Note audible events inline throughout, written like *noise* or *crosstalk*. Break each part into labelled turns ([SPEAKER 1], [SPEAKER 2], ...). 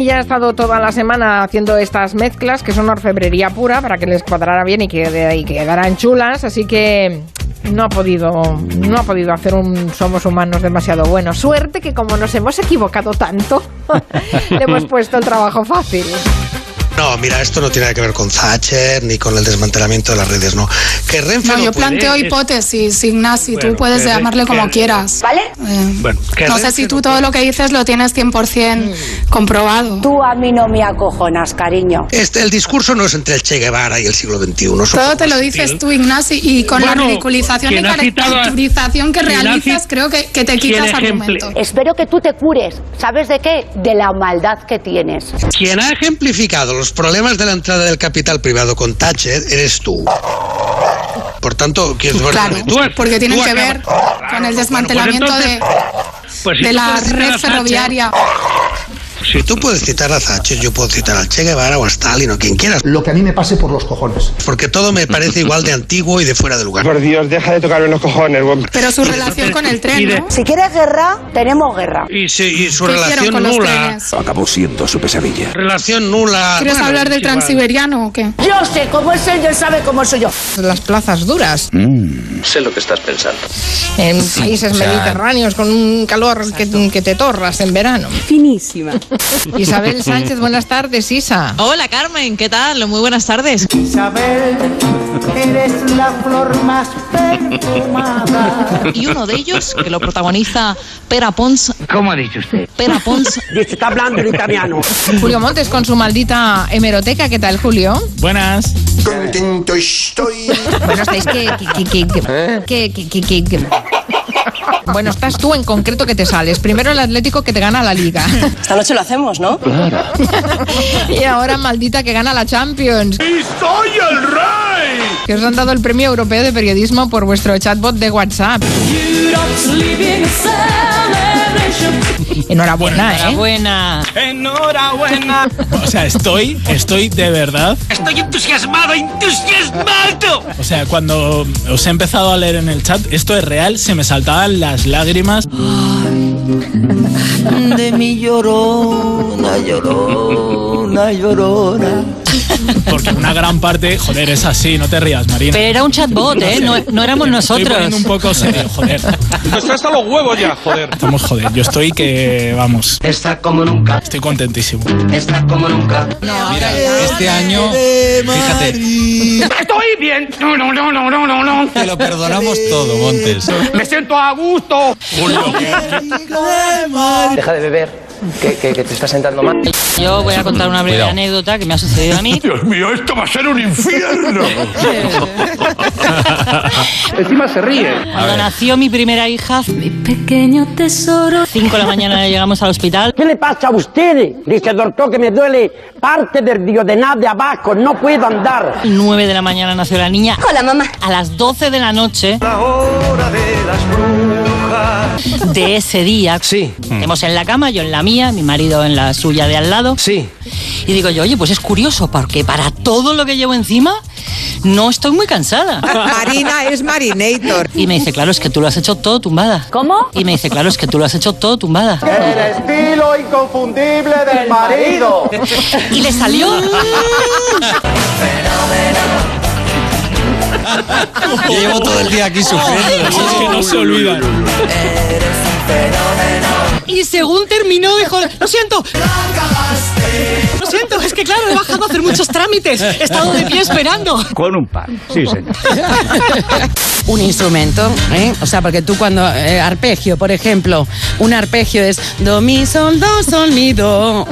[SPEAKER 1] Y ya ha estado toda la semana haciendo estas mezclas que son orfebrería pura para que les cuadrara bien y, que, y quedaran chulas, así que no ha podido no ha podido hacer un somos humanos demasiado bueno. Suerte que como nos hemos equivocado tanto, *laughs* le hemos puesto el trabajo fácil.
[SPEAKER 2] No, mira, esto no tiene nada que ver con Thatcher ni con el desmantelamiento de las redes, no. Que Renfe
[SPEAKER 3] No,
[SPEAKER 2] no
[SPEAKER 3] yo
[SPEAKER 2] puede-
[SPEAKER 3] planteo hipótesis, Ignasi,
[SPEAKER 4] Bueno,
[SPEAKER 3] tú puedes
[SPEAKER 4] que re-
[SPEAKER 3] llamarle como
[SPEAKER 4] que-
[SPEAKER 3] quieras.
[SPEAKER 5] ¿Vale?
[SPEAKER 3] Eh,
[SPEAKER 4] Bueno, que Mm.
[SPEAKER 3] no sé
[SPEAKER 4] Renfe
[SPEAKER 3] si tú
[SPEAKER 4] no
[SPEAKER 3] todo lo que dices lo tienes 100% comprobado.
[SPEAKER 5] Tú a mí no me acojonas, cariño.
[SPEAKER 2] Este, el discurso no es entre el Che Guevara y el siglo XXI. es un
[SPEAKER 3] Todo
[SPEAKER 2] poco
[SPEAKER 3] te lo
[SPEAKER 2] más
[SPEAKER 3] dices
[SPEAKER 2] sutil.
[SPEAKER 3] tú, Ignasi, y con
[SPEAKER 4] Bueno,
[SPEAKER 3] la ridiculización y
[SPEAKER 4] quien ha citado a-
[SPEAKER 3] caricaturización que
[SPEAKER 4] quien ha
[SPEAKER 3] realizas,
[SPEAKER 4] cit-
[SPEAKER 3] creo que, que te
[SPEAKER 4] quien
[SPEAKER 3] quitas
[SPEAKER 4] ejemple-
[SPEAKER 3] argumento.
[SPEAKER 5] Espero que tú te cures. ¿Sabes de qué? De la maldad que tienes.
[SPEAKER 2] Quien ha ejemplificado los problemas de la entrada del capital privado con Thatcher eres tú. Por tanto, quiero
[SPEAKER 3] Claro,
[SPEAKER 2] tú has-
[SPEAKER 3] porque tienen
[SPEAKER 2] tú
[SPEAKER 3] que
[SPEAKER 2] acabas-
[SPEAKER 3] ver con el desmantelamiento
[SPEAKER 4] pues
[SPEAKER 3] de,
[SPEAKER 4] Pues si
[SPEAKER 3] de
[SPEAKER 4] tú
[SPEAKER 3] la
[SPEAKER 4] puedes citar a
[SPEAKER 3] red
[SPEAKER 4] Thatcher,
[SPEAKER 3] ferroviaria.
[SPEAKER 2] Si tú puedes citar a Thatcher, yo puedo citar al Che Guevara o a Stalin o quien quieras,
[SPEAKER 6] lo que a mí me pase por los cojones.
[SPEAKER 2] porque todo me parece igual de antiguo y de fuera de lugar.
[SPEAKER 7] Por Dios, deja de tocarme los cojones, Bob.
[SPEAKER 3] Pero su relación con el
[SPEAKER 4] y
[SPEAKER 3] tren,
[SPEAKER 4] de-
[SPEAKER 3] ¿no?
[SPEAKER 5] Si quieres guerra, tenemos guerra.
[SPEAKER 2] Y, si- y su
[SPEAKER 3] ¿Qué hicieron
[SPEAKER 2] relación
[SPEAKER 3] con los
[SPEAKER 2] nula.
[SPEAKER 3] trenes?
[SPEAKER 8] acabó siendo su pesadilla.
[SPEAKER 2] Relación nula.
[SPEAKER 3] ¿Quieres
[SPEAKER 2] Bueno,
[SPEAKER 3] hablar del
[SPEAKER 2] sí, vale.
[SPEAKER 3] transiberiano o qué?
[SPEAKER 5] Yo sé cómo es él, él sabe cómo soy yo.
[SPEAKER 1] Las plazas duras.
[SPEAKER 8] Sé lo que estás pensando.
[SPEAKER 1] en países
[SPEAKER 8] Mm. o sea-
[SPEAKER 1] mediterráneos con un calor que, que te torras en verano.
[SPEAKER 9] Finísima.
[SPEAKER 1] Isabel Sánchez, buenas tardes, Isa.
[SPEAKER 10] Hola Carmen, ¿qué tal? Muy buenas tardes.
[SPEAKER 6] Isabel, eres la flor más perfumada.
[SPEAKER 10] Y uno de ellos, que lo protagoniza Pera Pons,
[SPEAKER 4] ¿Cómo ha dicho usted?
[SPEAKER 10] Pera Pons,
[SPEAKER 6] Dice, está hablando en italiano.
[SPEAKER 1] Julio Montes con su maldita hemeroteca. ¿Qué tal, Julio?
[SPEAKER 4] Buenas.
[SPEAKER 6] Contento estoy.
[SPEAKER 1] Bueno, estáis que... que- que- que- que- que- que- que- que- Bueno, estás tú en concreto que te sales. Primero el Atlético que te gana la Liga.
[SPEAKER 9] Esta noche lo hacemos, ¿no?
[SPEAKER 1] Y ahora maldita que gana la Champions.
[SPEAKER 4] ¡Y soy el rey!
[SPEAKER 1] Que os han dado el Premio Europeo de Periodismo por vuestro chatbot de WhatsApp. Enhorabuena, ¿eh?
[SPEAKER 9] Buena.
[SPEAKER 4] ¡Enhorabuena! O sea, estoy, estoy de verdad. ¡Estoy entusiasmado, entusiasmado! O sea, cuando os he empezado a leer en el chat, esto es real, se me saltaban las lágrimas.
[SPEAKER 6] De mi llorona, llorona, llorona.
[SPEAKER 4] Porque una gran parte, joder, es así, no te rías, Marina.
[SPEAKER 9] Pero era un chatbot, ¿eh? No, no éramos
[SPEAKER 4] Estoy
[SPEAKER 9] nosotros.
[SPEAKER 4] poniendo un poco serio, joder.
[SPEAKER 7] Está hasta los huevos ya, joder.
[SPEAKER 4] Estamos joder, yo estoy que, vamos,
[SPEAKER 6] Está como nunca,
[SPEAKER 4] estoy contentísimo.
[SPEAKER 6] está como nunca.
[SPEAKER 8] Este año, fíjate,
[SPEAKER 7] ¡Estoy bien! No, no, no, no, no, no, no.
[SPEAKER 8] te lo perdonamos todo, Montes.
[SPEAKER 7] ¡Me siento a gusto!
[SPEAKER 6] Deja de beber, que, que, que te está sentando mal.
[SPEAKER 9] Yo voy a contar una breve
[SPEAKER 8] Cuidado.
[SPEAKER 9] anécdota que me ha sucedido a mí.
[SPEAKER 7] Dios mío, esto va a ser un infierno.
[SPEAKER 9] Cuando nació mi primera hija,
[SPEAKER 10] mi pequeño tesoro.
[SPEAKER 9] 5 de la mañana llegamos al hospital.
[SPEAKER 6] ¿Qué le pasa a ustedes? Dice el doctor que me duele parte del biodenal de abajo, no puedo andar.
[SPEAKER 9] 9 de la mañana nació la niña.
[SPEAKER 5] Hola, mamá.
[SPEAKER 9] A las 12 de la noche. de ese día.
[SPEAKER 6] Sí.
[SPEAKER 9] Estemos en la cama, yo en la mía, mi marido en la suya de al lado.
[SPEAKER 6] Sí.
[SPEAKER 9] Y digo yo, oye, pues es curioso, porque para todo lo que llevo encima, no estoy muy cansada.
[SPEAKER 10] Marina es Marinator.
[SPEAKER 9] Y me dice, claro, es que tú lo has hecho todo tumbada.
[SPEAKER 5] ¿Cómo?
[SPEAKER 9] Y me dice, claro, es que tú lo has hecho todo tumbada.
[SPEAKER 6] El estilo inconfundible del marido.
[SPEAKER 9] Y le salió.
[SPEAKER 8] Llevo todo el día aquí
[SPEAKER 4] Es
[SPEAKER 8] sufriendo.
[SPEAKER 4] que no se olvida.
[SPEAKER 9] Y según terminó, dijo, lo siento. Lo siento, es que claro, he bajado a hacer muchos trámites. He estado de pie esperando.
[SPEAKER 8] Con un par, sí, señor.
[SPEAKER 10] Un instrumento, ¿eh? O sea, porque tú cuando eh, arpegio, por ejemplo, un arpegio es do mi sol do sol mi do.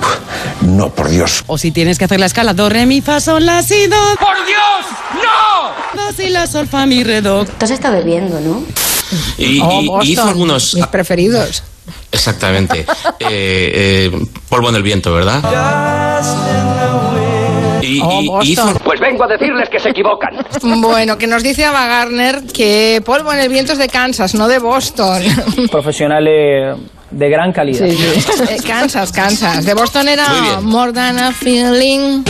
[SPEAKER 8] No, por Dios.
[SPEAKER 10] O si tienes que hacer la escala do re mi fa sol la si do. Por Dios, no. Do si la sol fa mi re do.
[SPEAKER 5] Tú has estado bebiendo, ¿no?
[SPEAKER 8] Y,
[SPEAKER 1] Oh,
[SPEAKER 8] y- y hizo
[SPEAKER 1] Boston,
[SPEAKER 8] algunos.
[SPEAKER 1] Mis preferidos.
[SPEAKER 8] Exactamente. Eh, eh, polvo en el viento, ¿verdad? Y,
[SPEAKER 1] Oh,
[SPEAKER 8] y- y
[SPEAKER 1] Boston.
[SPEAKER 8] hizo.
[SPEAKER 6] Pues vengo a decirles que se equivocan.
[SPEAKER 1] Bueno, que nos dice Ava Gardner que polvo en el viento es de Kansas, no de Boston.
[SPEAKER 6] *laughs* Profesionales de gran calidad.
[SPEAKER 1] Eh, Kansas, Kansas. De Boston
[SPEAKER 8] Muy
[SPEAKER 1] era
[SPEAKER 8] bien.
[SPEAKER 1] More Than a Feeling,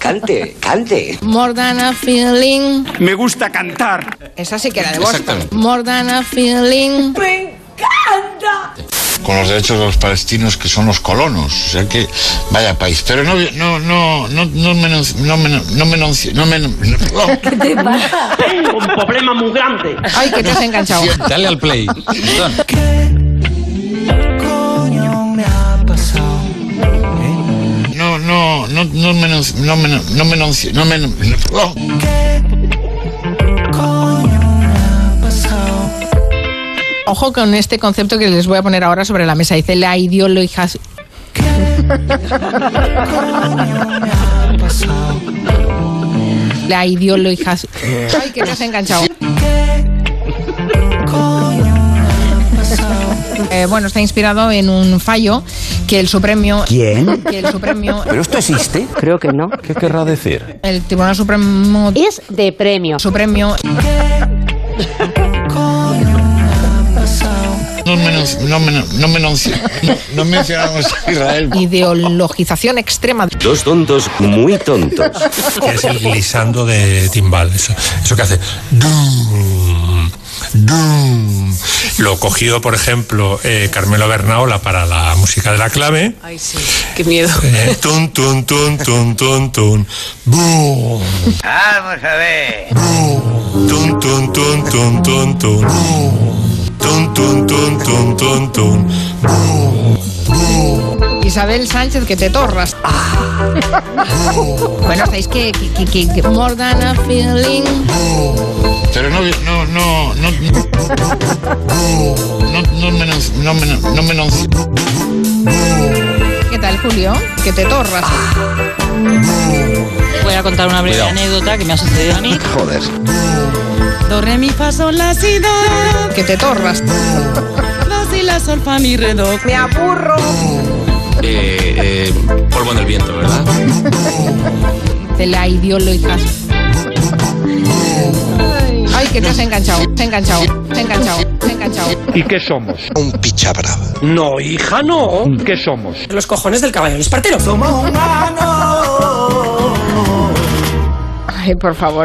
[SPEAKER 6] Cante, cante.
[SPEAKER 1] More Than a Feeling.
[SPEAKER 7] Me gusta cantar.
[SPEAKER 1] Esa sí que era de Boston.
[SPEAKER 8] Exactamente.
[SPEAKER 1] More Than a Feeling.
[SPEAKER 6] con los derechos de los palestinos que son los colonos. O sea que, vaya país. Pero no, no, no, no, no, menos- no, menos- no, menos- no, menos- no.
[SPEAKER 11] Tengo un problema muy grande.
[SPEAKER 1] Ay, que te has enganchado.
[SPEAKER 4] Dale al play. Perdón.
[SPEAKER 6] No, no, no, no menos, no menos, no menos, no menos. no.
[SPEAKER 1] Ojo con este concepto que les voy a poner ahora sobre la mesa. Dice la ideologización. La ideologización. Ay, que te has enganchado. Eh, bueno, está inspirado en un fallo que el Supremo.
[SPEAKER 12] ¿Quién?
[SPEAKER 1] Que el Supremo.
[SPEAKER 12] ¿Pero esto existe? Creo que no. ¿Qué querrá decir?
[SPEAKER 1] El Tribunal Supremo. Es de premio. Supremo.
[SPEAKER 6] No menos, no menos, no menos, no, no mencionamos a Israel.
[SPEAKER 1] Ideologización extrema.
[SPEAKER 7] Dos tontos muy tontos.
[SPEAKER 13] Que es el glissando de timbal. Eso, eso que hace. dum, dum. Lo cogió, por ejemplo, eh, Carmelo Bernaola para la música de la clave.
[SPEAKER 14] Ay, sí. Qué miedo.
[SPEAKER 13] Eh, tun, tun, tun, tun, tun, tun. Boom.
[SPEAKER 11] Vamos a ver.
[SPEAKER 13] Tun, tun, tun, tun, tun, tun. Tun, tun, tun, tun, tun, tun.
[SPEAKER 1] Isabel Sánchez, que te torras.
[SPEAKER 6] Ah.
[SPEAKER 1] bueno, estáis que, que, que, que- More than a feeling.
[SPEAKER 6] Pero no, no, no, no. No, no menos, no menos, no menos.
[SPEAKER 1] ¿Qué tal, Julio? Que te torras.
[SPEAKER 6] Ah.
[SPEAKER 9] Voy a contar una breve anécdota que me ha sucedido a mí.
[SPEAKER 1] Joder.
[SPEAKER 15] Do, re, mi, fa, sol, la, si, do.
[SPEAKER 1] Que te torras.
[SPEAKER 15] La, si, la, sol, fa, mi, re, do.
[SPEAKER 1] Me aburro.
[SPEAKER 4] Eh, eh, polvo en el viento, ¿verdad?
[SPEAKER 1] De la ideologización. Ay, que te has enganchado, te has enganchado, te has enganchado, te has enganchado.
[SPEAKER 2] ¿Y qué somos? Un pichabra. No, hija, no. ¿Qué somos? Los cojones del caballo, el espartero. Somos
[SPEAKER 1] Ay, por favor.